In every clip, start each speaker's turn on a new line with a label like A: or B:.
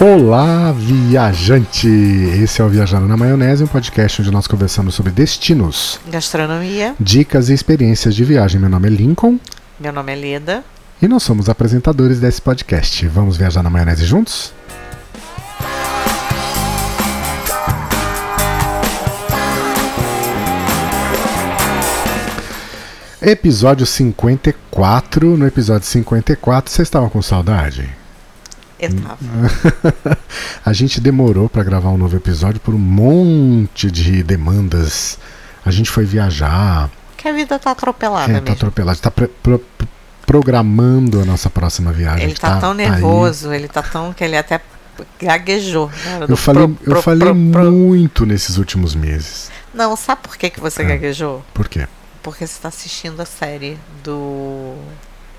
A: Olá, viajante! Esse é o Viajando na Maionese, um podcast onde nós conversamos sobre destinos,
B: Gastronomia.
A: dicas e experiências de viagem. Meu nome é Lincoln
B: Meu nome é Leda.
A: e nós somos apresentadores desse podcast. Vamos viajar na maionese juntos? Episódio 54. No episódio 54, vocês estavam com saudade?
B: Eu tava.
A: Hum. A gente demorou para gravar um novo episódio por um monte de demandas. A gente foi viajar,
B: Que a vida tá atropelada
A: é, tá
B: mesmo.
A: atropelado, tá pre- pro- programando a nossa próxima viagem.
B: ele
A: que
B: tá, tão
A: aí.
B: nervoso, ele tá tão que ele até gaguejou. na hora do
A: Eu falei,
B: pro-
A: eu
B: pro-
A: falei
B: pro- pro-
A: muito nesses últimos meses.
B: Não, sabe por que, que você
A: Ah.
B: gaguejou?
A: Por quê?
B: Porque você tá assistindo a série do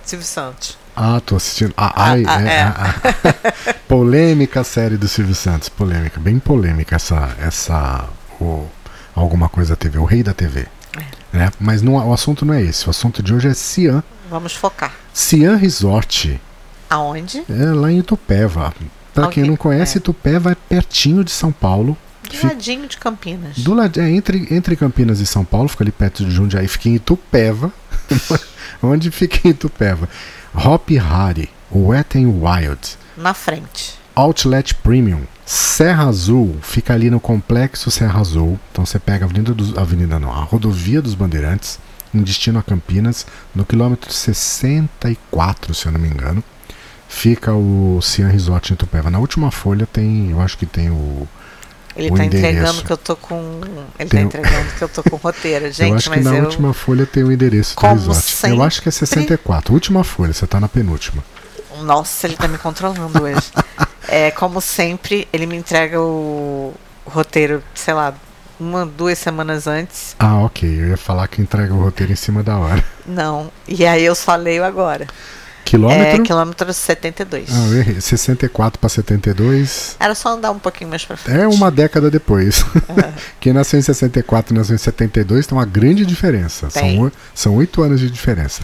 B: Silvio Santos.
A: Ah, tô assistindo. Ah, ai,
B: ah,
A: é,
B: é.
A: ah, ah. polêmica a série do Silvio Santos. Polêmica, bem polêmica essa. essa o, alguma coisa TV, o rei da TV.
B: É.
A: Né? Mas não, o assunto não é esse. O assunto de hoje é Cian.
B: Vamos focar.
A: Cian Resort,
B: Aonde?
A: é lá em Itupeva. Pra
B: Ok,
A: quem não conhece,
B: é.
A: Itupeva é pertinho de São Paulo.
B: Do
A: Fica-
B: ladinho de Campinas.
A: Do lado, é, entre, entre Campinas e São Paulo, fica ali perto de Jundiaí, fica em Itupeva. onde fica em Itupeva? Hop Hari, Wet and Wild,
B: Na frente.
A: Outlet Premium, Serra Azul, fica ali no Complexo Serra Azul. Então você pega a Avenida dos, Avenida não, a Rodovia dos Bandeirantes, em destino a Campinas, no quilômetro 64, se eu não me engano. Fica o Cian Resort em Itupeva. Na última folha tem, eu acho que tem o
B: Ele
A: O
B: tá
A: endereço.
B: entregando que eu tô com. Ele
A: Tem-
B: tá entregando que eu tô com roteiro, gente,
A: eu acho que
B: mas
A: na
B: eu.
A: última folha tem o endereço do
B: Como
A: resort. Eu
B: sempre.
A: acho que é 64. Última folha, você tá na penúltima.
B: Nossa, ele tá me controlando hoje. É, como sempre, ele me entrega o roteiro, sei lá, uma, duas semanas antes.
A: Ah, ok. Eu ia falar que entrega o roteiro em cima da hora.
B: É, Não. E aí eu só leio agora.
A: Quilômetro?
B: É, quilômetro 72.
A: Ah, eu errei. 64 para 72.
B: Era só andar um pouquinho mais pra frente.
A: É uma década depois. Quem nasceu em 64 e nasceu em 72 tem uma grande diferença.
B: Tem.
A: São, o- são oito anos de diferença.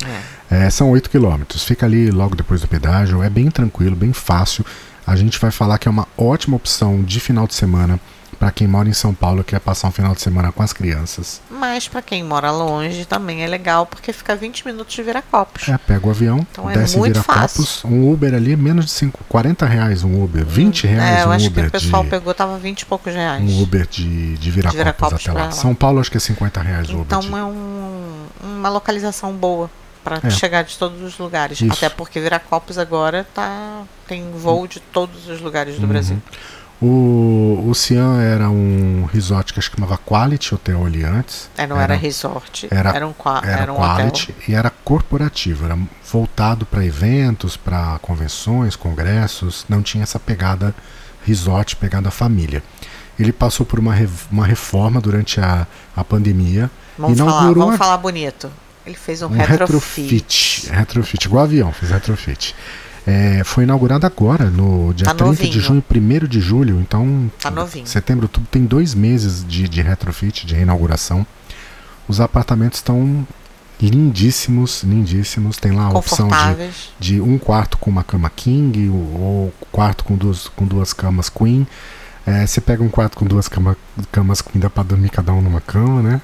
A: É, são 8 quilômetros. Fica ali logo depois do pedágio. É bem tranquilo, bem fácil. A gente vai falar que é uma ótima opção de final de semana para quem mora em São Paulo e quer passar um final de semana com as crianças.
B: Mas pra quem mora longe também é legal, porque fica 20 minutos de Viracopos.
A: É, pega o avião,
B: Então é
A: desce em
B: muito
A: Viracopos. Um Uber ali é menos de 5, 40 reais um Uber, 20 reais
B: É, eu
A: um
B: acho
A: Uber
B: que o pessoal
A: de...
B: pegou, tava 20 e poucos reais.
A: Um Uber de, de Viracopos,
B: Viracopos
A: até
B: pra
A: lá.
B: lá.
A: São Paulo acho que é 50 reais o Uber.
B: Então
A: de-
B: é um- uma localização boa para
A: tipo. É.
B: chegar de todos os lugares.
A: Isso.
B: Até porque Viracopos agora tá tem voo de todos os lugares do
A: Uhum.
B: Brasil.
A: O, o Cian era um resort que acho que chamava Quality Hotel ali antes.
B: É, não era, resort,
A: era-
B: era, um, qua-
A: era,
B: era um hotel.
A: Quality e era corporativo, era voltado para eventos, para convenções, congressos, não tinha essa pegada resort, pegada família. Ele passou por uma, re- uma reforma durante a, a pandemia,
B: Vamos falar,
A: inaugurou
B: vamos
A: a-
B: falar bonito. Ele fez um,
A: um retrofit. Retrofit, igual avião, fez retrofit. É, foi inaugurado agora, no dia
B: Tá
A: 30 de
B: novinho.
A: junho, 1 de julho, então.
B: Tá novinho.
A: Setembro, outubro, tem dois meses de, de retrofit, de reinauguração. Os apartamentos estão lindíssimos, lindíssimos. Tem lá a opção de,
B: Confortáveis.
A: de um quarto com uma cama king, ou, ou quarto com duas, com duas camas queen. É, você pega um quarto com duas cama, camas queen, dá pra dormir cada um numa cama, né?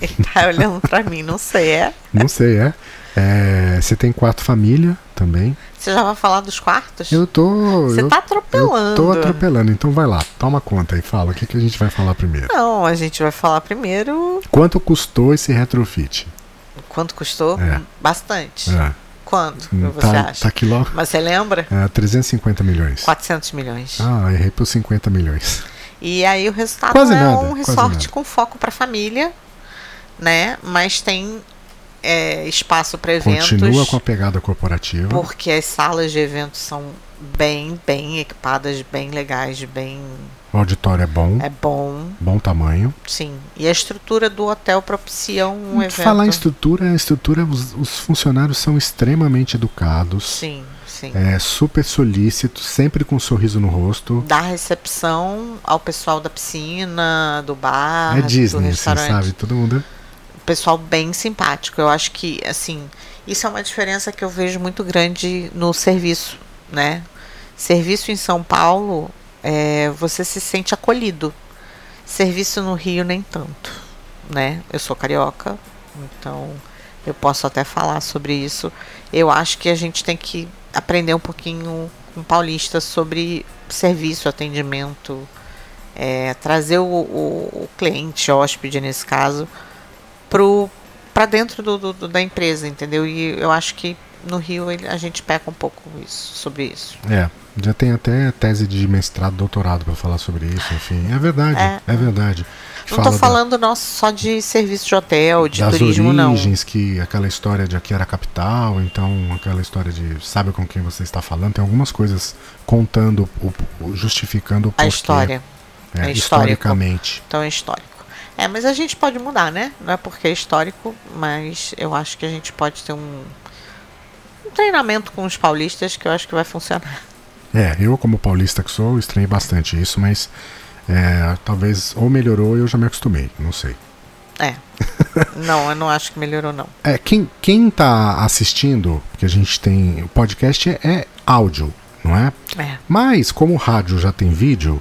B: Ele tá olhando pra mim, não sei. É.
A: Não sei, é. É, Você tem quarto família também.
B: Você já vai falar dos quartos?
A: Eu tô.
B: Você
A: eu,
B: tá
A: eu
B: atropelando.
A: tô atropelando, então vai lá, toma conta e fala. O que, que a gente vai falar primeiro?
B: Não, a gente vai falar primeiro
A: Quanto custou esse retrofit?
B: quanto custou.
A: É.
B: Bastante.
A: É,
B: Quanto você
A: tá,
B: acha?
A: tá aqui logo.
B: Mas você lembra?
A: É, 350 milhões.
B: 400 milhões.
A: Ah, errei por 50 milhões.
B: E aí o resultado
A: Quase
B: é
A: nada,
B: um
A: quase nada.
B: resort com foco para família, né? Mas tem é, espaço para eventos.
A: Continua com a pegada corporativa.
B: Porque as salas de eventos são bem, bem equipadas, bem legais, bem
A: O auditório é bom,
B: é bom,
A: bom tamanho.
B: sim. E a estrutura do hotel propicia um evento.
A: Falar em estrutura, a estrutura, os, os funcionários são extremamente educados,
B: Sim, sim.
A: é, super solícitos, sempre com um sorriso no rosto.
B: Dá recepção ao pessoal da piscina, do bar,
A: é Disney,
B: Ah, do
A: assim,
B: restaurante.
A: sabe? Todo mundo.
B: pessoal bem simpático. Eu acho que, assim, isso é uma diferença que eu vejo muito grande no serviço, né? Serviço em São Paulo, é, você se sente acolhido. Serviço no Rio, nem tanto. Né? Eu sou carioca, então eu posso até falar sobre isso. Eu acho que a gente tem que aprender um pouquinho com paulista sobre serviço, atendimento, é, trazer o, o, o cliente, o hóspede nesse caso, para dentro do, do, da empresa, entendeu? E eu acho que no Rio ele, a gente peca um pouco isso, sobre isso.
A: É, já tem até tese de mestrado, doutorado para falar sobre isso, enfim. É verdade, é, é verdade.
B: Não estou falando da, nossa, só de serviço de hotel, de turismo, não.
A: Das origens, que aquela história de aqui era capital, então aquela história de sabe com quem você está falando, tem algumas coisas contando, justificando o porquê.
B: A história.
A: É, é historicamente.
B: Então é histórico. É, mas a gente pode mudar, né? Não é porque é histórico, mas eu acho que a gente pode ter um, um treinamento com os paulistas que eu acho que vai funcionar.
A: É, eu como paulista que sou, estranhei bastante isso, mas é, talvez ou melhorou eu já me acostumei, não sei.
B: É. não, eu não acho que melhorou, não.
A: É, quem, quem tá assistindo, porque a gente tem. O podcast é, é áudio, não é?
B: É.
A: Mas como o rádio já tem vídeo,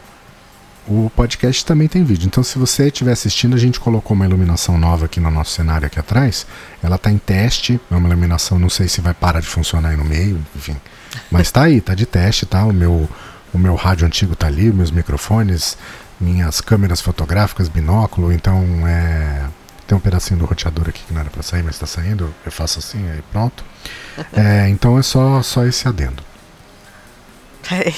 A: o podcast também tem vídeo. Então, se você estiver assistindo, a gente colocou uma iluminação nova aqui no nosso cenário aqui atrás. Ela está em teste. É uma iluminação, não sei se vai parar de funcionar aí no meio, enfim. Mas está aí, está de teste, tá? O meu, o meu rádio antigo está ali, meus microfones, minhas câmeras fotográficas, binóculo. Então, é... tem um pedacinho do roteador aqui que não era para sair, mas está saindo. Eu faço assim, aí pronto. É, então, é só, só esse adendo.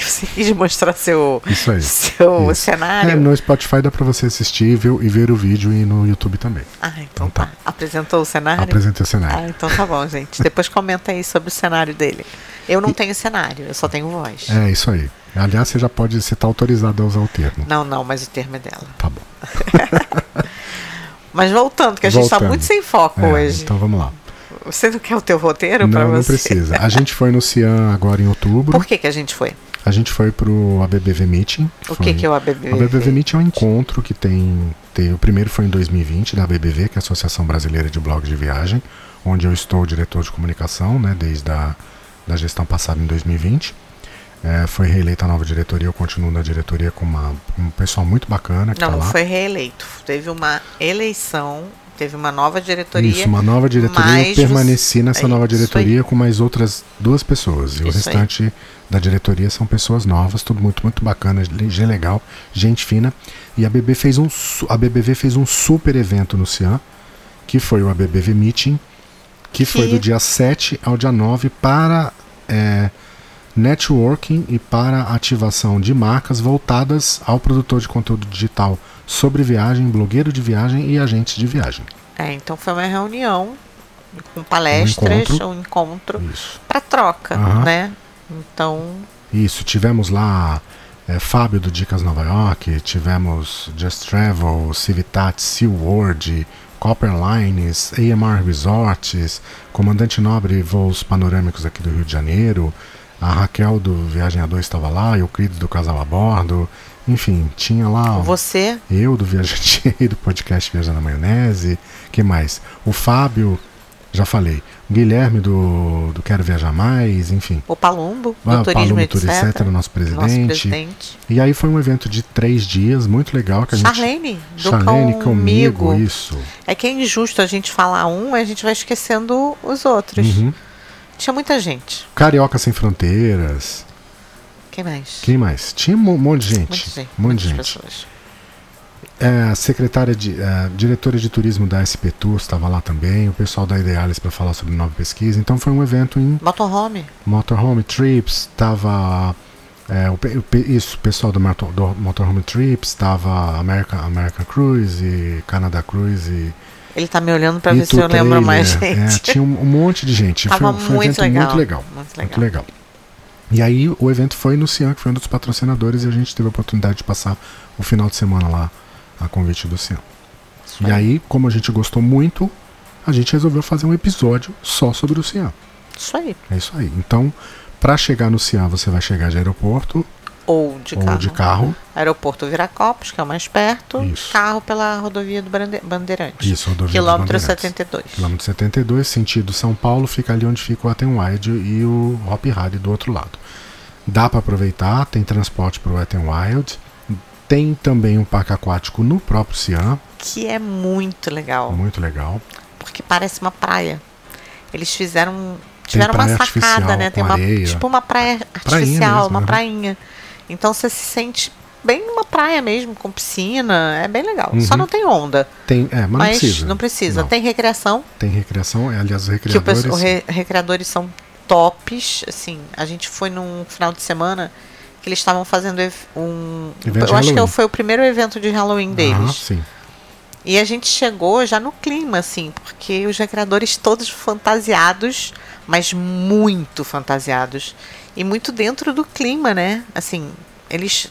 B: Você quis mostrar seu,
A: isso aí,
B: seu
A: isso.
B: cenário. É,
A: no Spotify dá pra você assistir viu, e ver o vídeo e no YouTube também.
B: Ah, então, então tá. tá. Apresentou o cenário?
A: Apresentei o cenário.
B: Ah, então tá bom, gente. Depois comenta aí sobre o cenário dele. Eu não e... tenho cenário, eu só tenho voz.
A: É, isso aí. Aliás, você já pode, você tá autorizado a usar o termo.
B: Não, não, mas o termo é dela.
A: Tá bom.
B: mas voltando, que a gente voltando. tá muito sem foco
A: é,
B: hoje.
A: Então vamos lá.
B: Você não quer o teu roteiro
A: para
B: você?
A: Não, precisa. A gente foi no Cian agora em outubro.
B: Por que, que a gente foi?
A: A gente foi pro ABBV Meeting.
B: O que, que é o ABBV?
A: O ABBV Meeting é um encontro que tem, tem... O primeiro foi em 2020, da ABBV, que é a Associação Brasileira de Blogs de Viagem, onde eu estou diretor de comunicação, né, desde a da gestão passada em 2020. É, foi reeleita a nova diretoria, eu continuo na diretoria com, uma, com um pessoal muito bacana que
B: Não,
A: tá
B: não foi reeleito. Teve uma eleição teve uma nova diretoria. é
A: Isso, uma nova diretoria. Eu permaneci nessa nova diretoria com mais outras duas pessoas. E o
B: Isso
A: restante
B: aí.
A: da diretoria são pessoas novas, tudo muito, muito bacana, gente legal, gente fina. E a, BB fez um, a BBV fez um super evento no CIAN, que foi o ABBV Meeting, que, que... foi do dia 7 ao dia 9 para é, networking e para ativação de marcas voltadas ao produtor de conteúdo digital sobre viagem, blogueiro de viagem e agentes de viagem.
B: É, então foi uma reunião com palestras, um encontro, um encontro para troca,
A: Aham.
B: né? Então,
A: Isso, tivemos lá é, Fábio do Dicas Nova York, tivemos Just Travel, Civitat, SeaWorld, Copper Lines, AMR Resorts, Comandante Nobre Voos Panorâmicos aqui do Rio de Janeiro, a Raquel do Viagem A2 estava lá, Euclides do Casal a Bordo, enfim, tinha lá. ó,
B: você,
A: Eu do Viajante do podcast Viajando na Maionese. que mais? O Fábio, já falei. O Guilherme do, do Quero Viajar Mais, enfim.
B: o Palumbo,
A: Ah,
B: do Turismo,
A: Paloma
B: etc.
A: Tour, nosso presidente.
B: Nosso presidente.
A: E aí foi um evento de três dias, muito legal. Que a gente,
B: Charlene, do
A: Charlene
B: Comigo.
A: isso.
B: É que é injusto a gente falar um e a gente vai esquecendo os outros.
A: Uhum.
B: Tinha muita gente.
A: Carioca Sem Fronteiras.
B: Quem mais?
A: Quem mais? Tinha um monte de gente.
B: Muita gente.
A: um monte
B: Muitas
A: de gente.
B: pessoas.
A: É, a secretária de, a diretora de turismo da SP Tour estava lá também, o pessoal da Idealis para falar sobre nova pesquisa. Então foi um evento em
B: Motorhome.
A: Motorhome Trips, estava é, o, pe- o pe- isso, o pessoal do, Mato- do Motorhome Trips, estava American, American Cruise, e Canada Cruise e,
B: Ele tá me olhando pra
A: e
B: ver se eu
A: Tour
B: lembro
A: Trailer.
B: mais
A: É,
B: gente.
A: tinha um, um monte de gente. Foi,
B: Tava
A: foi um
B: muito
A: evento
B: legal,
A: muito legal.
B: muito
A: Muito legal. E aí o evento foi no Cian, que foi um dos patrocinadores, e a gente teve a oportunidade de passar o final de semana lá a convite do Cian.
B: Isso
A: E aí, como a gente gostou muito, a gente resolveu fazer um episódio só sobre o Cian.
B: Isso aí.
A: É isso aí. Então, para chegar no Cian, você vai chegar de aeroporto
B: Ou de
A: ou
B: carro.
A: de carro.
B: Aeroporto Viracopos, que é o mais perto.
A: Isso.
B: Carro pela rodovia do Brande- Bandeirante.
A: Isso, rodovia dos
B: Quilômetro
A: Bandeirantes.
B: 72.
A: Quilômetro 72, sentido São Paulo, fica ali onde fica o Atenwide e o Hop Harry do outro lado. Dá para aproveitar, tem transporte para o Wet n Wild. Tem também um parque aquático no próprio Cian,
B: Que é muito legal.
A: muito legal.
B: Porque parece uma praia. Eles fizeram. um- Tiveram uma
A: praia
B: sacada,
A: artificial
B: né? Tem
A: com
B: uma,
A: areia.
B: tipo uma praia artificial,
A: mesmo,
B: uma
A: né?
B: prainha. Então você se sente bem numa praia mesmo, com piscina. É bem legal. Só
A: Uhum.
B: não tem onda.
A: Tem, é, mas,
B: Mas,
A: não precisa. Não.
B: Tem recreação,
A: Tem recreação, é, aliás, os
B: que o
A: recreadores.
B: pessoal, os re- recreadores são tops. Assim, a gente foi num final de semana que eles estavam fazendo ev- um.
A: Evento de
B: eu acho que
A: Halloween.
B: foi o primeiro evento de Halloween
A: Aham,
B: deles.
A: sim.
B: E a gente chegou já no clima, assim, porque os recreadores todos fantasiados, mas muito fantasiados. E muito dentro do clima, né? Assim, eles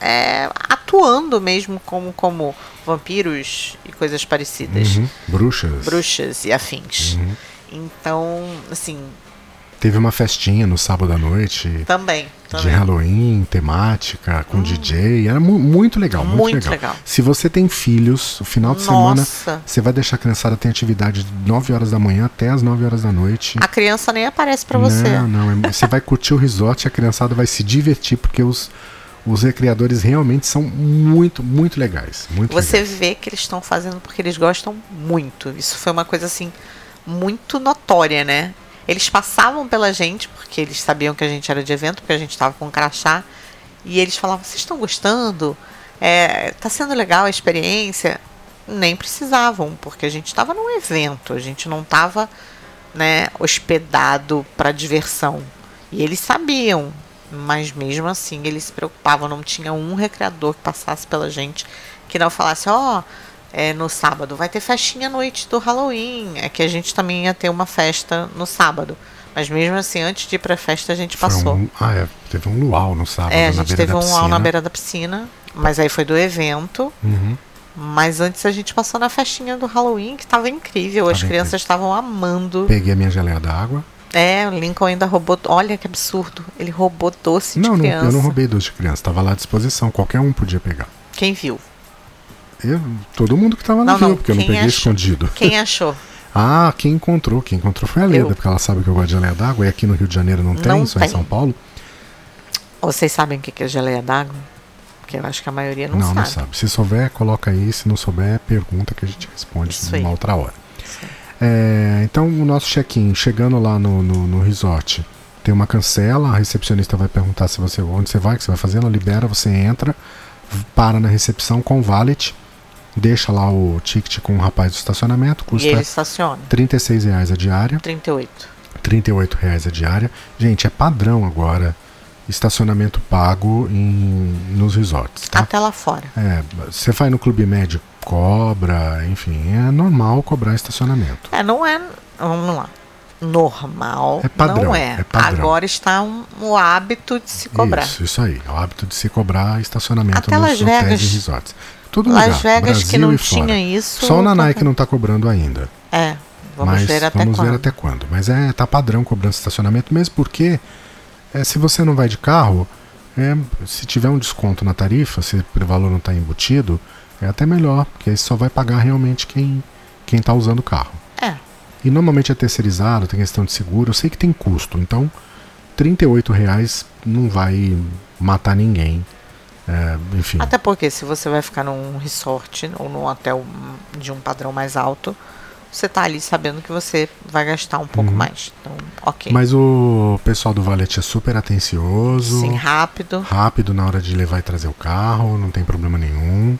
B: é, atuando mesmo como, como vampiros e coisas parecidas.
A: Uhum. Bruxas.
B: Bruxas e afins.
A: Uhum.
B: Então, assim,
A: Teve uma festinha no sábado à noite
B: também.
A: de
B: também. Hum.
A: Halloween, temática, com DJ. Era mu- muito legal, muito,
B: Muito
A: legal.
B: legal.
A: Se você tem filhos, o final de semana
B: Nossa.
A: você vai deixar a criançada ter atividade de 9 horas da manhã até as 9 horas da noite.
B: A criança nem aparece Ah, pra você.
A: Não, não. é- Você vai curtir o resort e a criançada vai se divertir, porque os, os recreadores realmente são muito, muito legais. Muito
B: Você
A: legais.
B: vê que eles estão fazendo porque eles gostam muito. Isso foi uma coisa assim muito notória, né? Eles passavam pela gente porque eles sabiam que a gente era de evento, porque a gente estava com um crachá, e eles falavam: "Vocês estão gostando? É, tá sendo legal a experiência?" Nem precisavam, porque a gente estava num evento, a gente não estava, né, hospedado para diversão. E eles sabiam, mas mesmo assim eles se preocupavam, não tinha um recreador que passasse pela gente que não falasse, ó, é, no sábado vai ter festinha à noite do Halloween. É que a gente também ia ter uma festa no sábado. Mas mesmo assim, antes de ir pra festa, a gente
A: Foi
B: passou.
A: um- ah, é, teve um luau no sábado
B: é, a
A: na
B: gente
A: beira
B: teve
A: da
B: um
A: piscina.
B: ao na beira da piscina, mas aí foi do evento.
A: Uhum.
B: Mas antes a gente passou na festinha do Halloween, que tava incrível. As
A: Tava
B: crianças estavam amando.
A: Peguei a minha geleia d'água.
B: É, o Lincoln ainda roubou. Olha que absurdo. Ele roubou doce
A: Não,
B: de
A: não,
B: criança.
A: eu não roubei doce de criança. Tava lá à disposição. Qualquer um podia pegar.
B: Quem viu?
A: Eu- todo mundo que tava lá
B: Não,
A: viu,
B: não,
A: porque eu não
B: quem
A: peguei
B: achou-
A: escondido.
B: Quem achou?
A: Ah, quem encontrou? Quem encontrou foi a Leda,
B: Eu.
A: porque ela sabe que eu gosto de geleia d'água. E aqui no Rio de Janeiro não tem,
B: Não
A: só em
B: tem.
A: São Paulo.
B: Vocês sabem o que que é geleia d'água? Porque eu acho que a maioria não,
A: Não, não
B: sabe.
A: sabe. Se souber, coloca aí. Se não souber, pergunta que a gente responde
B: Isso aí.
A: numa outra hora. É, então, o nosso check-in, chegando lá no, no, no resort, tem uma cancela. A recepcionista vai perguntar se você, onde você vai, o que você vai fazer. Ela libera, você entra, v- para na recepção com o valet, deixa lá o ticket com o rapaz do estacionamento.
B: E
A: Custa
B: ele
A: R$
B: estaciona.
A: 36 reais a diária,
B: 38.
A: R$ 38 reais a diária. Gente, é padrão agora estacionamento pago em, nos resorts. Tá?
B: Até lá fora.
A: É, você vai no clube médio, cobra, enfim, é normal cobrar estacionamento.
B: É, não é. Vamos lá. Normal.
A: É padrão,
B: Não é.
A: é padrão.
B: Agora está um, o hábito de se cobrar.
A: Isso, isso aí. É o hábito de se cobrar estacionamento
B: Até
A: nos
B: Las
A: hotéis
B: Vegas.
A: e resorts. Todo lugar,
B: Las Vegas
A: Brasil
B: que não
A: e fora.
B: tinha isso.
A: Só o Nanai
B: tá-
A: que não tá cobrando ainda.
B: É. Vamos
A: mas
B: ver até
A: vamos
B: quando.
A: ver até quando. Mas é, tá padrão cobrança de estacionamento, mesmo porque é, se você não vai de carro, é, se tiver um desconto na tarifa, se o valor não tá embutido, é até melhor, porque aí só vai pagar realmente quem, quem tá usando o carro.
B: É.
A: E normalmente é terceirizado, tem questão de seguro, eu sei que tem custo, então R$ 38,00 não vai matar ninguém. É, enfim,
B: Até porque se você vai ficar num resort ou num hotel de um padrão mais alto, você tá ali sabendo que você vai gastar um pouco mais. Então, ok.
A: Uhum. mas o pessoal do Valete é super atencioso,
B: Sim, rápido.
A: rápido na hora de levar e trazer o carro, não tem problema nenhum.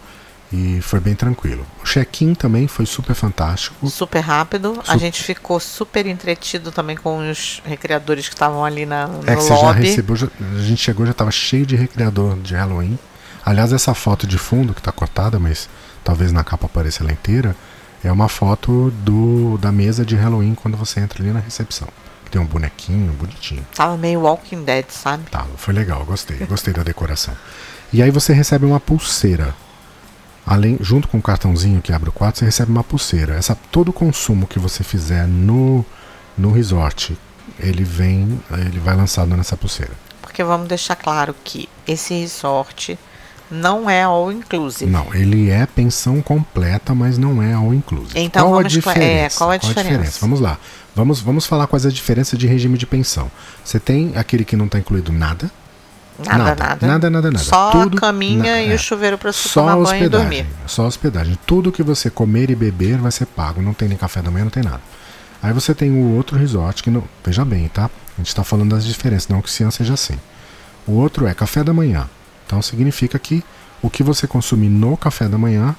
A: E foi bem tranquilo. O check-in também foi super fantástico.
B: Super rápido. A
A: Su-
B: gente ficou super entretido também com os recreadores que estavam ali na, no
A: É que você já
B: lobby.
A: recebeu, já- a gente chegou já tava cheio de recreador de Halloween. Aliás, essa foto de fundo que tá cortada, mas talvez na capa apareça ela inteira, é uma foto do da mesa de Halloween quando você entra ali na recepção. Tem um bonequinho bonitinho.
B: Tava meio Walking Dead, sabe?
A: Tá, foi legal, gostei, gostei da decoração. E aí você recebe uma pulseira. Além, junto com o cartãozinho que abre o quarto, você recebe uma pulseira. Essa, todo o consumo que você fizer no, no resort, ele vem, ele vai lançado nessa pulseira.
B: Porque vamos deixar claro que esse resort não é all inclusive.
A: Não, ele é pensão completa, mas não é all inclusive.
B: Então
A: qual,
B: vamos
A: a
B: esclare-
A: diferença?
B: é, qual a diferença?
A: Vamos lá. Vamos, vamos falar quais a diferença de regime de pensão. Você tem aquele que não está tá incluído nada,
B: Nada, nada.
A: Nada, nada, nada. nada.
B: Só
A: Tudo-
B: a caminha
A: na-
B: e
A: é.
B: o chuveiro pra você
A: Só
B: tomar banho e
A: hospedagem.
B: dormir.
A: Só hospedagem. Tudo que você comer e beber vai ser pago. Não tem nem café da manhã, não tem nada. Aí você tem o outro resort que não. Veja bem, tá? A gente tá falando das diferenças, não que Cian seja assim. O outro é café da manhã. Então significa que o que você consumir no café da manhã,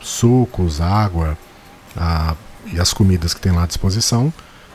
A: sucos, água a- e as comidas que tem lá à disposição,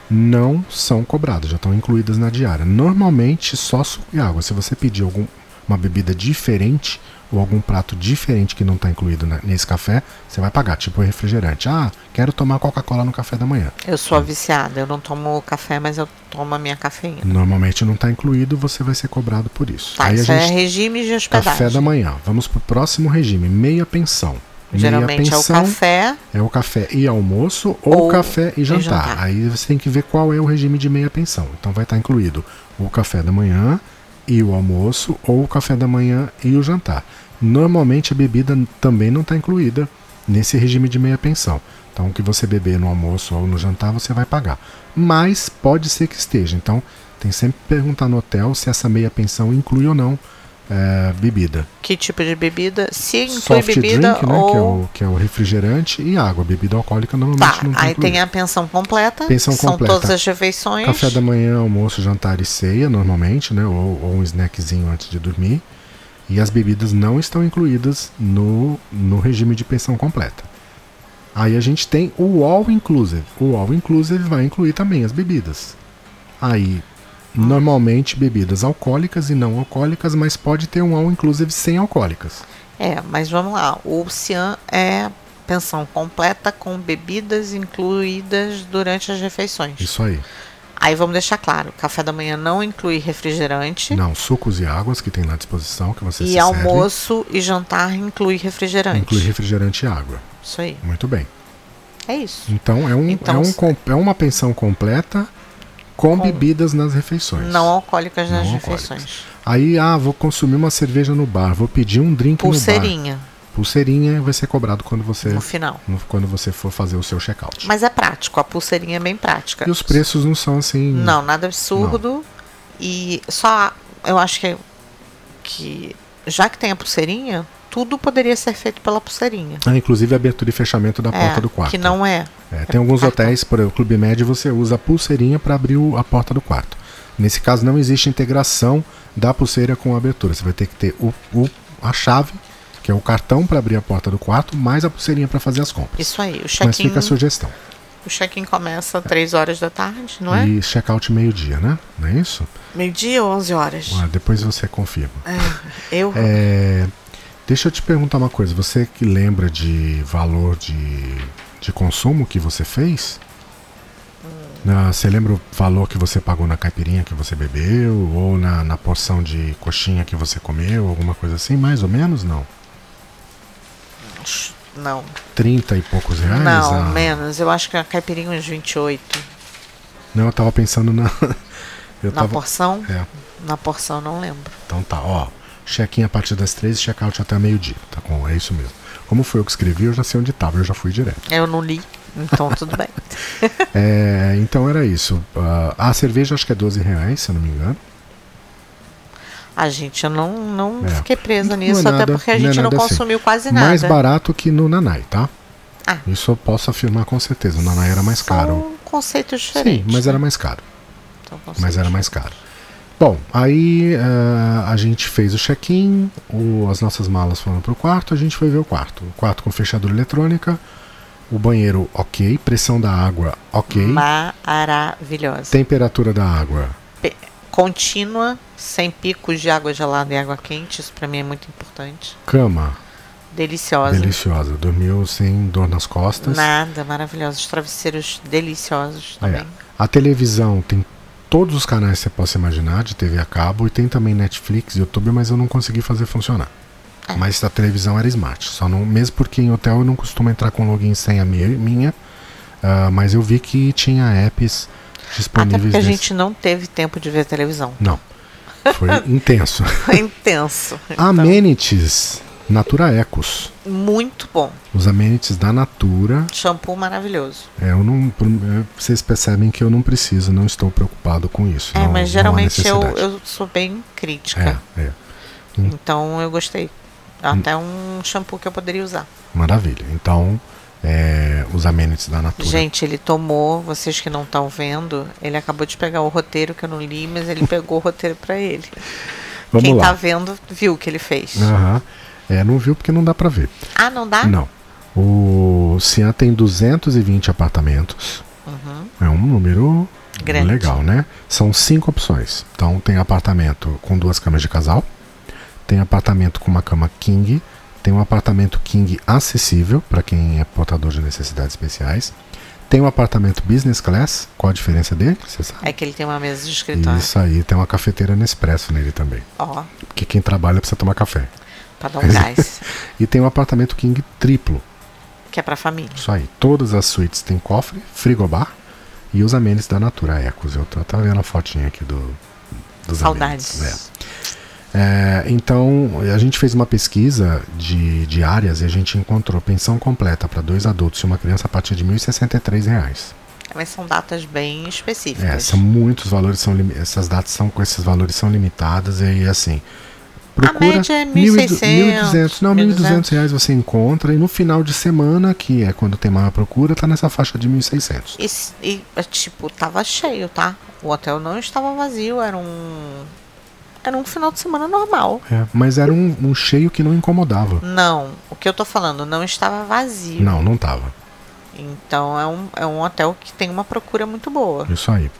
A: não são cobradas, já estão incluídas na diária. Normalmente só suco e água. Se você pedir algum, uma bebida diferente ou algum prato diferente que não está incluído na- nesse café, você vai pagar, tipo refrigerante. Ah, quero tomar Coca-Cola no café da manhã.
B: Eu sou a viciada, eu não tomo café, mas eu tomo a minha cafeína.
A: Normalmente não está incluído, você vai ser cobrado por isso.
B: Tá,
A: Aí a
B: isso é
A: gente
B: regime de hospedagem.
A: café da manhã. Vamos pro próximo regime, meia pensão.
B: Geralmente é o café.
A: É o café e almoço ou,
B: Ou
A: café e jantar.
B: jantar.
A: Aí você tem que ver qual é o regime de meia pensão. Então vai estar incluído o café da manhã e o almoço ou o café da manhã e o jantar. Normalmente a bebida também não está incluída nesse regime de meia pensão. Então o que você beber no almoço ou no jantar você vai pagar. Mas pode ser que esteja. Então tem sempre que perguntar no hotel se essa meia pensão inclui ou não eh, bebida
B: Que tipo de bebida? Se inclui
A: soft
B: bebida
A: drink, né? Que, é
B: ou.
A: o, que é o refrigerante e água. Bebida alcoólica normalmente
B: Tá,
A: não
B: aí tem
A: incluída.
B: a pensão completa.
A: Pensão
B: são
A: completa.
B: todas as refeições.
A: Café da manhã, almoço, jantar e ceia, normalmente, né? Ou, ou um snackzinho antes de dormir. E as bebidas não estão incluídas no, no regime de pensão completa. Aí a gente tem o all inclusive. O all inclusive vai incluir também as bebidas. Aí,
B: Hum.
A: normalmente bebidas alcoólicas e não alcoólicas, mas pode ter um all inclusive sem alcoólicas.
B: É, mas vamos lá. O Cian é pensão completa com bebidas incluídas durante as refeições.
A: Isso aí.
B: Aí vamos deixar claro: café da manhã não inclui refrigerante.
A: Não, sucos e águas que tem na disposição, que você se
B: E
A: serve.
B: almoço e jantar inclui refrigerante.
A: Inclui refrigerante e água.
B: Isso aí.
A: Muito bem.
B: É isso.
A: Então é, um,
B: Então,
A: é, um
B: se-
A: com- é uma pensão completa com, bebidas nas refeições.
B: Não alcoólicas nas
A: Não alcoólicas.
B: refeições.
A: Aí, ah, vou consumir uma cerveja no bar, vou pedir um drink no
B: Pulseirinha
A: bar. Pulseirinha vai ser cobrado quando você,
B: no final.
A: no- quando você for fazer o seu check-out.
B: Mas é prático, a pulseirinha é bem prática.
A: E os preços não são assim.
B: Não, nada absurdo. E só eu acho que, que já que tem a pulseirinha, tudo poderia ser feito pela pulseirinha.
A: Ah, inclusive abertura e fechamento da
B: É,
A: porta do quarto.
B: Que não é.
A: É, tem alguns
B: cartão.
A: hotéis, por exemplo, Clube Med, você usa a pulseirinha para abrir o- a porta do quarto. Nesse caso, não existe integração da pulseira com a abertura. Você vai ter que ter o, o- a chave, que é o cartão para abrir a porta do quarto, mais a pulseirinha para fazer as compras.
B: Isso aí. O
A: Mas
B: check-in
A: fica a sugestão.
B: o check-in começa às 3 horas da tarde, não é?
A: E check-out meio-dia, né? Não é isso?
B: Meio-dia ou 11 horas?
A: Ah, depois você confirma.
B: Eu?
A: É, deixa eu te perguntar uma coisa. Você que lembra de valor de, de consumo que você fez?
B: Hum.
A: Na- você lembra o valor que você pagou na caipirinha que você bebeu? Ou na, na porção de coxinha que você comeu? Alguma coisa assim? Mais ou menos? Não.
B: Não.
A: 30 e poucos reais?
B: não,
A: Ah,
B: menos. Eu acho que a caipirinha é uns 28.
A: Não, eu tava pensando na. Eu
B: Na
A: tava-
B: porção?
A: É,
B: Na porção não lembro.
A: Então tá, ó. Check-in a partir das 13 check-out até meio-dia. Tá com, é isso mesmo. Como foi eu que escrevi, eu já sei onde tava, eu já fui direto.
B: Eu não li, então tudo bem.
A: É, então era isso. Ah, a cerveja acho que é 12 reais, se eu não me engano.
B: A gente, eu não, não
A: É.
B: fiquei presa
A: Não é
B: nisso, até
A: nada-
B: porque a
A: não é
B: gente não,
A: nada assim.
B: consumiu quase nada.
A: Mais barato que no Nanai, tá?
B: Ah.
A: Isso eu posso afirmar com certeza. O Nanai era mais caro.
B: São conceitos
A: Sim,
B: diferentes. né?
A: mas era mais caro.
B: São
A: Mas
B: conceitos.
A: era mais caro. Bom, aí ah, a gente fez o check-in, o- as nossas malas foram pro quarto, a gente foi ver o quarto. O quarto com fechadura eletrônica, o banheiro ok, pressão da água ok,
B: Maravilhosa.
A: temperatura da água
B: Pe- Contínua, sem picos de água gelada e água quente, isso pra mim é muito importante.
A: cama
B: Deliciosa.
A: deliciosa. Dormiu sem dor nas costas.
B: Nada, maravilhosa. Os travesseiros deliciosos
A: Ah,
B: também.
A: é. A televisão tem todos os canais que você possa imaginar de TV a cabo e tem também Netflix, YouTube, mas eu não consegui fazer funcionar.
B: É.
A: Mas a televisão era smart, só não, mesmo porque em hotel eu não costumo entrar com login e senha mi- minha, ah, mas eu vi que tinha apps
B: Até
A: disponíveis.
B: porque a
A: nesse-
B: gente não teve tempo de ver televisão.
A: Não, foi intenso.
B: Foi intenso.
A: Amenities. Natura Ecos.
B: Muito bom.
A: Os amenities da Natura.
B: Shampoo maravilhoso.
A: É, eu não, vocês percebem que eu não preciso, não estou preocupado com isso.
B: É,
A: não- não
B: mas
A: há
B: geralmente eu,
A: necessidade.
B: eu sou bem crítica.
A: É, é.
B: Então eu gostei. Até
A: Hum.
B: um shampoo que eu poderia usar.
A: Maravilha. Então, é, os amenities da Natura.
B: Gente, ele tomou, vocês que não estão vendo, ele acabou de pegar o roteiro que eu não li, mas ele pegou o roteiro pra ele.
A: Vamos
B: Quem
A: lá.
B: tá vendo viu o que ele fez.
A: Aham. É, não viu porque não dá pra ver.
B: Ah, não dá?
A: Não. O Cian tem 220 apartamentos.
B: Uhum.
A: É um número
B: Grande.
A: legal, né? São cinco opções. Então tem apartamento com duas camas de casal, tem apartamento com uma cama king, tem um apartamento king acessível para quem é portador de necessidades especiais, tem um apartamento business class. Qual a diferença dele? Você sabe?
B: É que ele tem uma mesa de escritório.
A: Isso aí, tem uma cafeteira Nespresso nele também.
B: Ó,
A: Porque quem trabalha precisa tomar café.
B: pra dar um gás.
A: E tem um apartamento king triplo.
B: que é pra família.
A: Isso aí. Todas as suítes têm cofre, frigobar e os amenities da Natura Ecos. Eu tô, tá vendo a fotinha aqui do, dos
B: Saudades.
A: amenities, né? É, então, a gente fez uma pesquisa de, de áreas e a gente encontrou pensão completa para dois adultos e uma criança a partir de R$ 1.063. reais.
B: Mas são datas bem específicas.
A: É, são muitos valores, são, lim- essas datas são com esses valores são limitadas e aí, assim. Procura
B: média é
A: 1.200,
B: 1.600,
A: não, 1.200
B: 1.200
A: reais você encontra e no final de semana, que é quando tem maior procura, tá nessa faixa de 1.600.
B: E, s- e, é, tipo, tava cheio, tá? O hotel não estava vazio, era um. Era um final de semana normal.
A: É, mas era um, um cheio que não incomodava.
B: Não, o que eu tô falando, não estava vazio.
A: Não, não tava.
B: Então é um, é um hotel que tem uma procura muito boa.
A: Isso aí.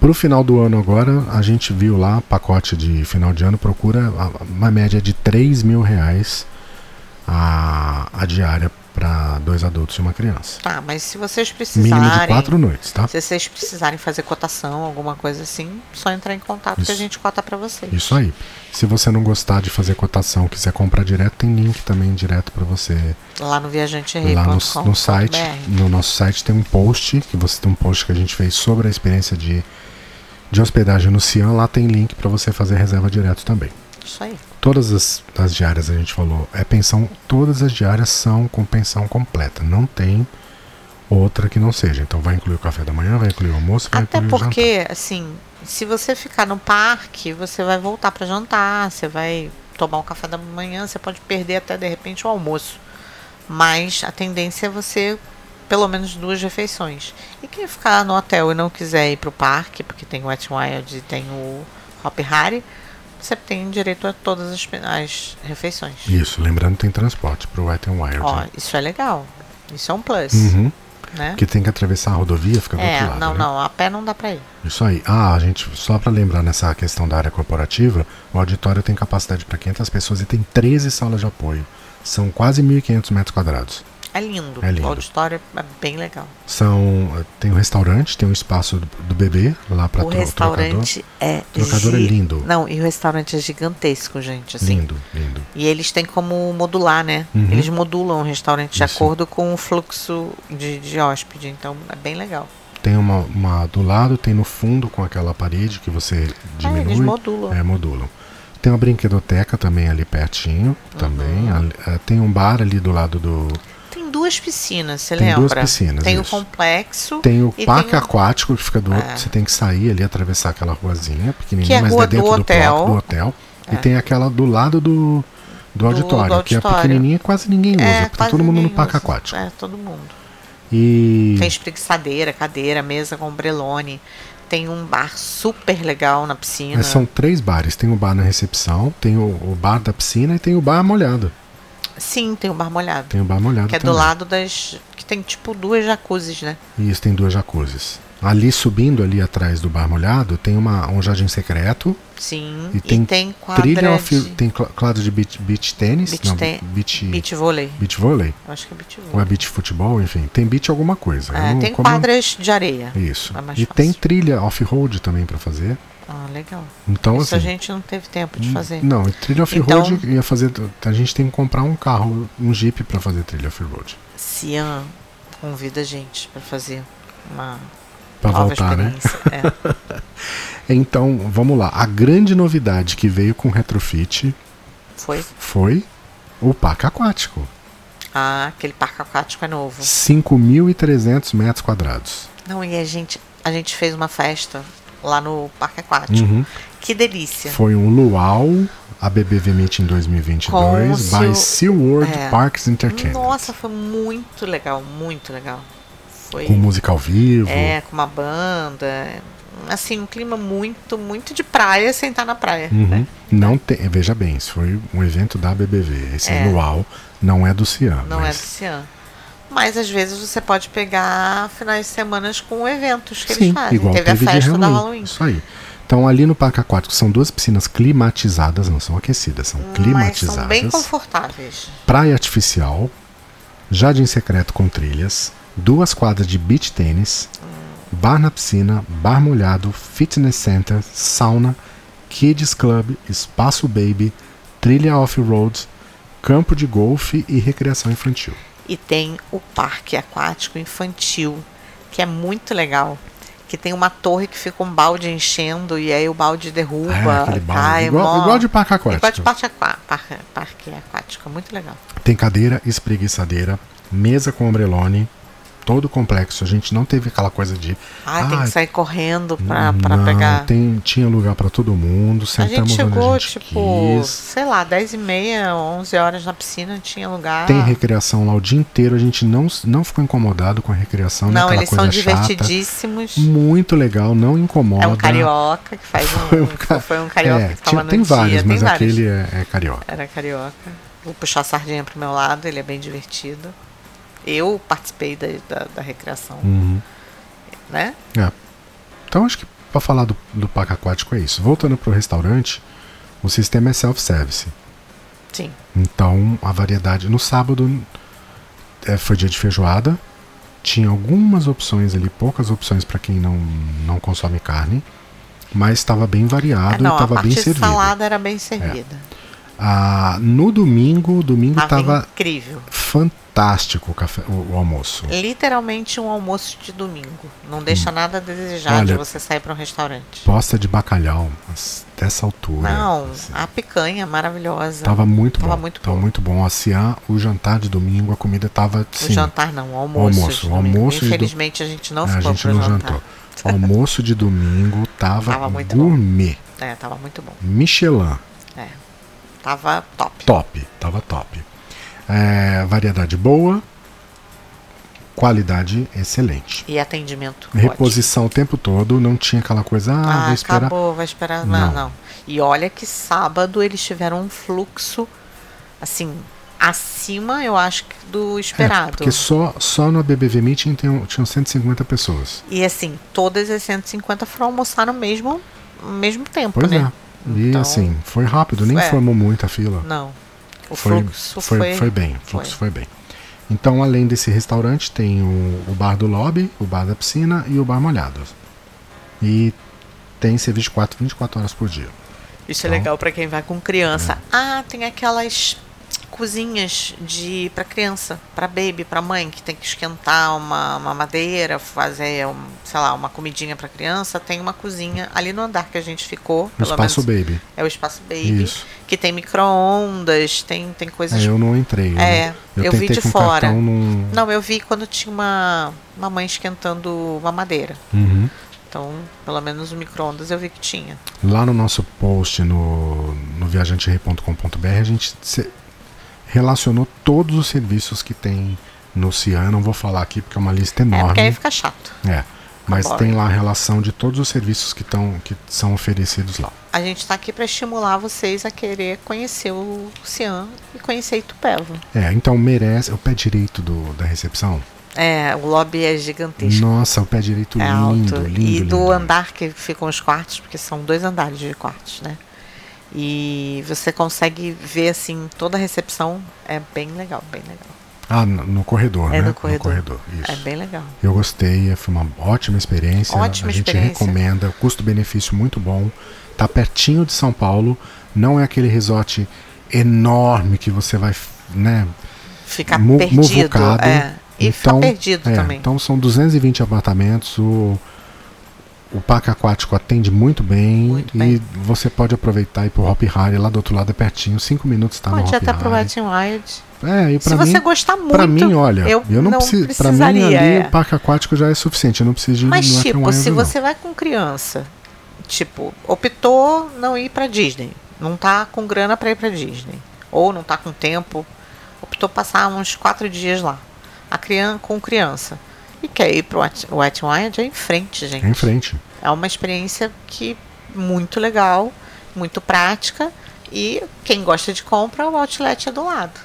A: Pro final do ano agora, a gente viu lá, pacote de final de ano, procura a- uma média de 3 mil reais a, a diária para dois adultos e uma criança.
B: Tá, mas se vocês precisarem.
A: Mínimo de quatro noites, tá?
B: Se vocês precisarem fazer cotação, alguma coisa assim, só entrar em contato
A: Isso.
B: que a gente cota pra vocês.
A: Isso aí. Se você não gostar de fazer cotação, quiser comprar direto, tem link também direto para você
B: Lá no viajante
A: lá no, no site. No nosso site tem um post, que você tem um post que a gente fez sobre a experiência de, de hospedagem no Cian. Lá tem link para você fazer reserva direto também.
B: Isso aí.
A: Todas as, as diárias a gente falou, é pensão, todas as diárias são com pensão completa, não tem outra que não seja. Então vai incluir o café da manhã, vai incluir o almoço, vai
B: Até
A: incluir o jantar.
B: porque, assim, se você ficar no parque, você vai voltar pra jantar, você vai tomar o café da manhã, você pode perder até de repente o almoço. Mas a tendência é você pelo menos duas refeições. E quem ficar no hotel e não quiser ir pro parque, porque tem o Wet n Wild e tem o Hop Harry, você tem direito a todas as, as refeições.
A: Isso, lembrando tem transporte pro Wet n Wild,
B: Ó,
A: né?
B: isso é legal. Isso é um plus,
A: Uhum,
B: né?
A: que tem que atravessar a rodovia, fica do
B: É,
A: outro lado,
B: não,
A: né?
B: não, a pé não dá pra ir.
A: Isso aí. Ah, gente, só para lembrar nessa questão da área corporativa, o auditório tem capacidade para 500 pessoas e tem 13 salas de apoio. São quase 1.500 metros quadrados.
B: É lindo.
A: É lindo.
B: O auditório é bem legal.
A: São, tem um restaurante, tem um espaço do, do bebê lá para
B: o restaurante é
A: Trocador é
B: gi-
A: lindo.
B: Não, e o restaurante é gigantesco, gente. Assim.
A: Lindo, lindo.
B: E eles têm como modular, né?
A: Uhum.
B: Eles modulam o restaurante de
A: Isso.
B: acordo com o fluxo de, de hóspede. Então é bem legal.
A: Tem uma, uma do lado, tem no fundo com aquela parede que você diminui.
B: Ah, eles modulam.
A: É, modulam. Tem uma brinquedoteca também ali pertinho,
B: Uhum.
A: também. Ali- é, tem um bar ali do lado do...
B: Tem duas piscinas, você
A: Tem
B: lembra?
A: duas piscinas,
B: Tem
A: isso.
B: o complexo.
A: Tem o
B: e
A: parque
B: tem o-
A: aquático que fica do outro.
B: É.
A: Você tem que sair ali, atravessar aquela ruazinha
B: Que
A: pequenininha,
B: é
A: mas
B: rua
A: é dentro
B: do
A: do,
B: hotel. É.
A: próprio- do hotel. E tem aquela do lado do, do, auditório,
B: do
A: que é
B: auditório.
A: pequenininha e quase ninguém usa.
B: É,
A: porque tá
B: quase
A: todo mundo no
B: ninguém
A: parque
B: usa.
A: aquático.
B: É, todo mundo.
A: E... é,
B: Tem espreguiçadeira, cadeira, mesa com brelone. Tem um bar super legal na piscina.
A: Mas É, são três bares. Tem o bar na recepção, tem o, o bar da piscina e tem o bar molhado.
B: Sim, tem um bar molhado.
A: Tem o bar molhado
B: Que é do
A: também.
B: lado das. Que tem tipo duas jacuzzis, né?
A: E isso tem duas jacuzzis. Ali subindo ali atrás do bar molhado tem uma, um jardim secreto
B: Sim.
A: e, tem,
B: quadra
A: trilha off,
B: de
A: tem cl- quadra de beach, beach tênis,
B: Beach
A: não,
B: ten-
A: beach, beach,
B: beach vôlei.
A: vôlei
B: Eu acho que é beach
A: ou é
B: vôlei.
A: beach futebol, enfim, tem beach alguma coisa. Eu
B: É,
A: não-
B: tem
A: como-
B: quadras de areia.
A: Isso.
B: É mais
A: e tem
B: fácil.
A: trilha off-road também pra fazer.
B: Ah, legal.
A: Então
B: Isso a
A: assim, hum.
B: gente não teve tempo de fazer. Então
A: Não, e trilha off-road ia fazer. A gente tem que comprar um carro, um Jeep pra fazer trilha off-road.
B: Cian convida a gente pra fazer uma
A: Pra
B: nova
A: voltar, né?
B: experiência. É.
A: Então, vamos lá. A grande novidade que veio com o retrofit
B: Foi
A: foi o parque aquático.
B: Ah, aquele parque aquático é novo.
A: 5.300 metros quadrados.
B: Não, e a gente, a gente fez uma festa lá no parque aquático.
A: Uhum.
B: Que delícia.
A: Foi um luau, a BBV Meet em 2022,
B: Como
A: by
B: se
A: Sea World
B: é.
A: Parks Entertainment.
B: Nossa, foi muito legal, muito legal. Foi
A: Com música ao vivo.
B: é, com uma banda. Assim, um clima muito, muito de praia sem estar na praia.
A: Uhum.
B: né?
A: Não tem, veja bem, isso foi um evento da BBV. Esse
B: É.
A: luau não é do Cian.
B: Não é do
A: mas...
B: Cian. Mas às vezes você pode pegar finais de semana com eventos que
A: Sim,
B: eles fazem.
A: igual
B: Teve,
A: teve
B: a
A: de
B: festa da
A: Halloween.
B: Halloween.
A: Isso aí. Então ali no Parque Aquático são duas piscinas climatizadas, não são aquecidas, são
B: Mas
A: climatizadas.
B: são bem confortáveis.
A: praia artificial, jardim secreto com trilhas, duas quadras de beach tênis, bar na piscina, bar molhado, fitness center, sauna, kids club, espaço baby, trilha off-road, campo de golfe e recreação infantil.
B: E tem o parque aquático infantil, que é muito legal. Que tem uma torre que fica um balde enchendo e aí o balde derruba.
A: É, aquele balde.
B: cai,
A: igual,
B: mó-
A: igual de parque
B: Igual de
A: aquático.
B: parque, aqua... parque, parque aquático, é muito legal.
A: Tem cadeira, espreguiçadeira, mesa com ombrelone, todo complexo. A gente não teve aquela coisa de
B: Ah, tem
A: "Ai,
B: que sair correndo pra, pra
A: não,
B: pegar.
A: tem- tinha lugar pra todo mundo.
B: A
A: Sentamos
B: gente chegou,
A: onde a gente
B: tipo,
A: quis.
B: sei lá, 10 e meia, 11 horas na piscina, tinha lugar.
A: Tem recreação lá o dia inteiro. A gente não, não ficou incomodado com a recreação. né?
B: Não,
A: Aquela
B: eles
A: coisa
B: são
A: chata.
B: divertidíssimos.
A: Muito legal, não incomoda.
B: É um carioca que faz um. Foi um,
A: ca-
B: carioca
A: É,
B: que
A: tinha-
B: tava no
A: tem
B: dia.
A: vários,
B: tem
A: mas
B: vários.
A: aquele é, é carioca.
B: Era carioca. Vou puxar a sardinha pro meu lado, ele é bem divertido. Eu participei da, da, da recreação,
A: Uhum.
B: né?
A: É. Então acho que pra falar do, do parque aquático é isso. Voltando pro restaurante, o sistema é self-service.
B: Sim.
A: Então a variedade. No sábado é, foi dia de feijoada. Tinha algumas opções ali, poucas opções para quem não, não consome carne. Mas estava bem
B: Ah,
A: variado e
B: não, a
A: estava
B: parte
A: bem
B: de
A: servido.
B: salada era bem servida.
A: Ah, no domingo, domingo
B: Tava
A: estava
B: incrível.
A: fantástico o, café, o, o almoço.
B: Literalmente um almoço de domingo. Não deixa nada a desejar de
A: Hum. Olha-
B: você sair para um restaurante.
A: Posta de bacalhau, mas dessa altura.
B: Não,
A: assim,
B: a picanha maravilhosa.
A: tava muito
B: tava
A: bom.
B: muito
A: tava
B: bom.
A: muito bom. A Cian, o jantar de domingo, a comida tava.
B: O
A: sim,
B: jantar não, o almoço.
A: O assim, um almoço, o
B: de domingo.
A: almoço de do-
B: Infelizmente a gente não
A: É, a
B: ficou
A: gente
B: pro
A: não
B: jantar.
A: jantou. O almoço de domingo tava,
B: Tava muito bom.
A: gourmet.
B: É, tava muito bom.
A: Michelin,
B: É. Tava top.
A: top. Tava top. É, variedade boa. Qualidade excelente.
B: E atendimento. ótimo.
A: Reposição o tempo todo, não tinha aquela coisa, ah,
B: Ah,
A: vou esperar.
B: acabou, vai esperar. Não.
A: Não.
B: não, E olha que sábado eles tiveram um fluxo, assim, acima, eu acho, que do
A: É,
B: esperado.
A: porque só, só no BBV Meeting tem- tinham 150 pessoas.
B: E assim, todas as 150 foram almoçar no mesmo, no mesmo tempo,
A: Pois
B: né?
A: é. E
B: Então,
A: assim, foi rápido, nem
B: é.
A: formou muita fila.
B: Não. O fluxo
A: foi,
B: foi.
A: foi bem, o fluxo foi. bem. Então, além desse restaurante, tem o, o bar do lobby, o bar da piscina e o bar molhado. E tem serviço de 4, 24 horas por dia.
B: Isso é
A: Então-
B: legal pra quem vai com
A: É.
B: criança. Ah, tem aquelas cozinhas de para criança, pra baby, pra mãe que tem que esquentar uma, uma madeira, fazer, um, sei lá, uma comidinha pra criança. Tem uma cozinha ali no andar que a gente ficou.
A: No
B: pelo
A: espaço
B: menos,
A: baby.
B: é o espaço baby,
A: Isso.
B: que tem micro-ondas, tem tem coisas.
A: É, eu não entrei.
B: É,
A: né? eu,
B: eu vi
A: tentei
B: de
A: com o
B: fora.
A: cartão num...
B: Não, eu vi quando tinha uma uma mãe esquentando uma madeira.
A: Uhum.
B: Então, pelo menos o micro-ondas eu vi que tinha.
A: Lá no nosso post no, no viajanterei.com.br a gente se- relacionou todos os serviços que tem no Cian. Eu Não vou falar aqui porque é uma lista
B: É,
A: enorme.
B: porque aí fica chato.
A: É, mas
B: boring.
A: tem lá a relação de todos os serviços que, tão, que são oferecidos lá.
B: A gente está aqui para estimular vocês a querer conhecer o Cian e conhecer Itupeva.
A: É, então merece. O pé direito do, da recepção.
B: É, o lobby é gigantesco.
A: Nossa, o pé direito
B: é
A: lindo,
B: alto.
A: lindo.
B: e do
A: lindo.
B: andar que ficam os quartos, porque são dois andares de quartos, né? E você consegue ver assim toda a recepção. É bem legal, bem legal.
A: Ah, no, no corredor,
B: É
A: né?
B: no corredor.
A: isso.
B: É bem legal.
A: Eu gostei, é, foi uma ótima experiência.
B: Ótima
A: a gente
B: experiência.
A: recomenda, custo-benefício muito bom. Tá pertinho de São Paulo, não é aquele resort enorme que você vai, né?
B: Ficar
A: mu-
B: perdido.
A: muvucado.
B: É. E ficar tá perdido
A: Então, é,
B: também.
A: Então são 220 apartamentos, o, O parque aquático atende muito bem,
B: Muito
A: e
B: bem.
A: você pode aproveitar e ir pro Hop Harry, lá do outro lado é pertinho, cinco minutos tá
B: Pode
A: no
B: ir
A: Hop
B: até pro
A: Harry.
B: Wet n Wild.
A: É, e
B: Se
A: pra mim,
B: você gostar muito.
A: pra mim, olha, eu,
B: eu
A: não,
B: não
A: preciso, pra mim ali
B: precisaria, é.
A: o parque aquático já é suficiente, eu não é preciso de
B: Mas,
A: ir no
B: tipo,
A: Aquarium
B: se
A: não.
B: você vai com criança, tipo, optou não ir pra Disney, não tá com grana pra ir pra Disney, ou não tá com tempo, optou passar uns quatro dias lá, a criança com criança, e quer ir pro Wet Wet n Wild, é em frente, gente.
A: É em frente.
B: É uma experiência que muito legal, muito prática, e quem gosta de compra, o outlet é do lado.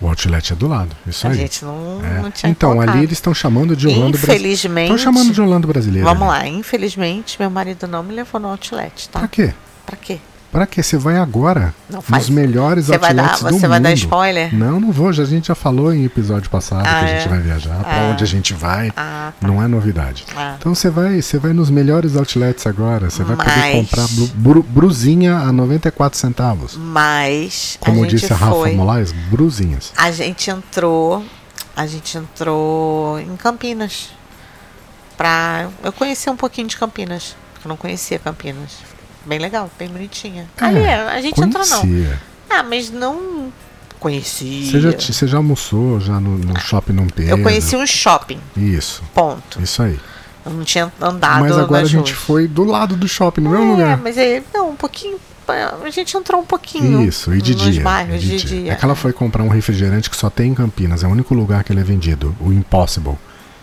A: O outlet é do lado, isso
B: a
A: aí.
B: gente não,
A: É.
B: não tinha
A: então,
B: colocado.
A: ali eles estão chamando de Orlando brasileiro.
B: Infelizmente,
A: Estão chamando de um Orlando brasileiro.
B: Vamos
A: ali.
B: lá, infelizmente meu marido não me levou no outlet, tá?
A: Pra quê?
B: Pra quê?
A: Pra quê? Você vai agora
B: Não faz.
A: É. nos melhores
B: Você vai
A: outlets
B: dar,
A: do
B: você vai dar
A: mundo. Hum.
B: spoiler?
A: Não, não vou. Já, a gente já falou em episódio passado
B: Ah,
A: que a
B: é?
A: gente vai viajar, pra
B: Ah.
A: onde a gente vai.
B: Ah, tá.
A: Não é novidade.
B: Ah.
A: Então você vai, você vai nos melhores outlets agora. Você vai poder
B: Mas-
A: comprar bru, bru- brusinha a 94 centavos.
B: Mas
A: Como
B: a gente
A: disse a Rafa
B: foi,
A: Moraes, brusinhas.
B: a gente entrou, a gente entrou em Campinas. Pra eu conheci um pouquinho de Campinas, porque eu não conhecia Campinas. Bem legal, bem bonitinha.
A: É,
B: Ali é, a gente entrou não.
A: Conhecia.
B: Ah, mas não conhecia.
A: Você já, ti- você já almoçou já no, no shopping não Pedro?
B: Ah, Eu conheci um shopping,
A: Isso,
B: ponto.
A: isso aí.
B: Eu não tinha andado
A: Mas agora a
B: nas
A: gente
B: ruas.
A: foi do lado do shopping, no mesmo
B: É,
A: lugar.
B: mas aí, não, um pouquinho. A gente entrou um pouquinho.
A: Isso, e de
B: nos
A: dia.
B: bairros,
A: e
B: de, dia.
A: É que ela foi comprar um refrigerante que só tem em Campinas, é o único lugar que ele é vendido, o Impossible.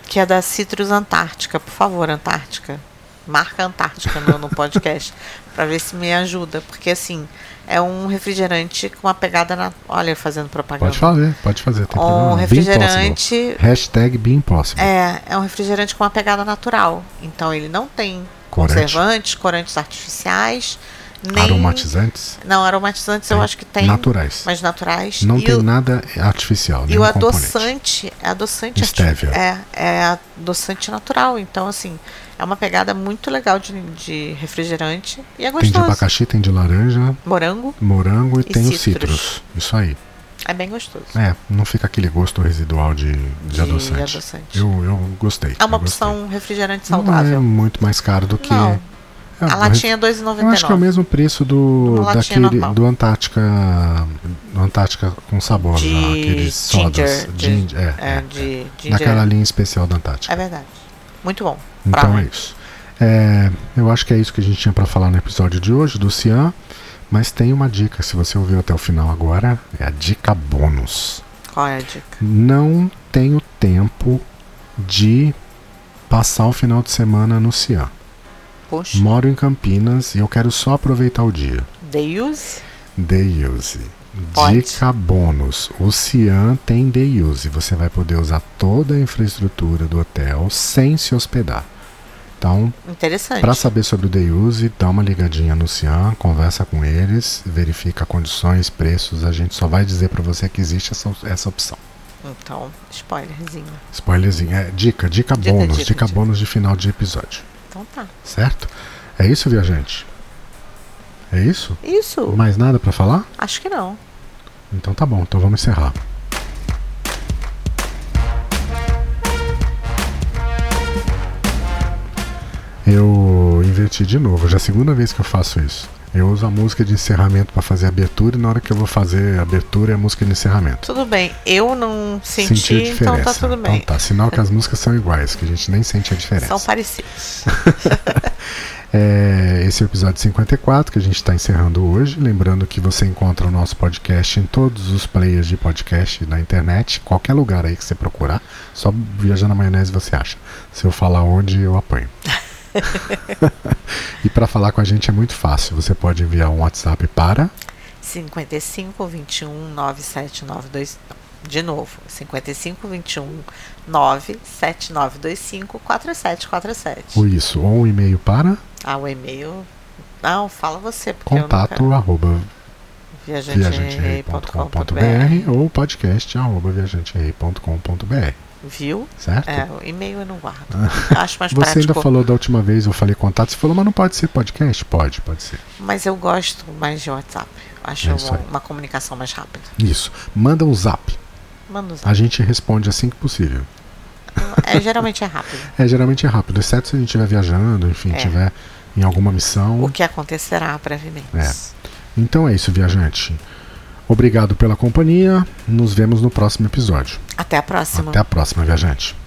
B: Que é da Citrus Antártica, por favor, Antártica. Marca Antártica no, no podcast. pra ver se me ajuda. Porque assim, é um refrigerante com uma pegada na. Olha, eu fazendo propaganda.
A: Pode fazer, pode fazer, tem problema.
B: Um
A: não. é Be Impossible.
B: refrigerante.
A: Hashtag Be Impossible.
B: É, é um refrigerante com uma pegada natural. Então ele não tem
A: Corante.
B: conservantes, corantes artificiais, nem.
A: Aromatizantes
B: Não, aromatizantes eu acho que tem.
A: É, naturais.
B: Mas naturais.
A: Não
B: E
A: tem
B: o-
A: nada artificial,
B: E o
A: nenhum componente.
B: adoçante, é adoçante ati-
A: Stevia.
B: é, é adoçante natural, então assim, é uma pegada muito legal de, de refrigerante e é
A: Tem de
B: gostoso.
A: abacaxi, tem de laranja,
B: Morango
A: morango e,
B: E
A: tem o
B: citros.
A: citrus. Isso aí.
B: é bem gostoso.
A: É, não fica aquele gosto residual de, de,
B: de
A: adoçante.
B: adoçante.
A: Eu, eu gostei.
B: é uma
A: eu gostei.
B: opção refrigerante
A: Não é
B: saudável.
A: muito mais caro do que.
B: Não,
A: É,
B: a
A: o
B: latinha é
A: Eu acho que é o
B: 2,99.
A: mesmo preço do
B: Uma latinha
A: daquele
B: normal.
A: do Antártica, do Antártica com sabor,
B: De
A: lá, aqueles sodas,
B: ginger, de-
A: ginger, é,
B: É,
A: é,
B: de, de
A: daquela linha especial da Antártica.
B: É verdade. Muito bom.
A: então
B: pra-
A: é isso. É, eu acho que é isso que a gente tinha pra falar no episódio de hoje do Cian, mas tem uma dica, se você ouviu até o final agora, é a dica bônus.
B: Qual é a dica?
A: Não tenho tempo de passar o final de semana no Cian.
B: Puxa,
A: Moro em Campinas e eu quero só aproveitar o dia.
B: Deus.
A: Day Use.
B: Pode.
A: Dica bônus. O Cian tem Day Use. Você vai poder usar toda a infraestrutura do hotel sem se hospedar. Então,
B: Interessante.
A: para saber sobre o Day Use, dá uma ligadinha no Cian, conversa com eles, verifica condições, preços. A gente só vai dizer para você que existe essa, essa opção.
B: Então, spoilerzinho.
A: Spoilerzinho. É, dica, dica,
B: Dica,
A: bônus.
B: dica,
A: dica
B: dica.
A: bônus de final de episódio.
B: Então tá.
A: Certo? É isso, viajante? É isso?
B: Isso.
A: Mais nada para falar?
B: Acho que não.
A: Então tá bom, então vamos encerrar. Eu inverti de novo, já é a segunda vez que eu faço isso. Eu uso a música de encerramento pra fazer a abertura e na hora que eu vou fazer a abertura é a música de encerramento.
B: Tudo bem, eu não senti,
A: Sentiu a
B: então
A: diferença.
B: tá tudo bem.
A: Então tá, sinal que as músicas são iguais, que a gente nem sente a diferença.
B: São parecidos.
A: É, esse é o episódio 54 que a gente está encerrando hoje. Lembrando que você encontra o nosso podcast em todos os players de podcast na internet, qualquer lugar aí que você procurar. Só viajar na maionese você acha. Se eu falar onde, eu apanho. e para falar com a gente é muito fácil. Você pode enviar um WhatsApp para
B: 55, 21, 97925. De novo, 55, 21, 97925, 4747.
A: ou isso, ou um e-mail para
B: Ah, o e-mail. Não, fala você, porque eu
A: contato
B: nunca...
A: arroba
B: viajanterei.com.br
A: viajanterei.com.br ou podcast arroba viajanterei.com.br,
B: Viu?
A: certo?
B: É, o e-mail eu não guardo. Acho mais
A: Você ainda
B: prático.
A: falou da última vez, eu falei contato, você falou, mas não pode ser podcast? Pode, pode ser.
B: Mas eu gosto mais de WhatsApp. Acho
A: É isso
B: uma,
A: aí.
B: uma comunicação mais rápida.
A: Isso. Manda um zap.
B: Manda um zap.
A: A gente responde assim que possível.
B: É, geralmente é rápido.
A: É, geralmente é rápido, exceto se a gente estiver viajando, enfim,
B: É.
A: estiver em alguma missão.
B: O que acontecerá brevemente.
A: É. Então é isso, viajante. Obrigado pela companhia. Nos vemos no próximo episódio.
B: Até a próxima.
A: Até a próxima, viajante.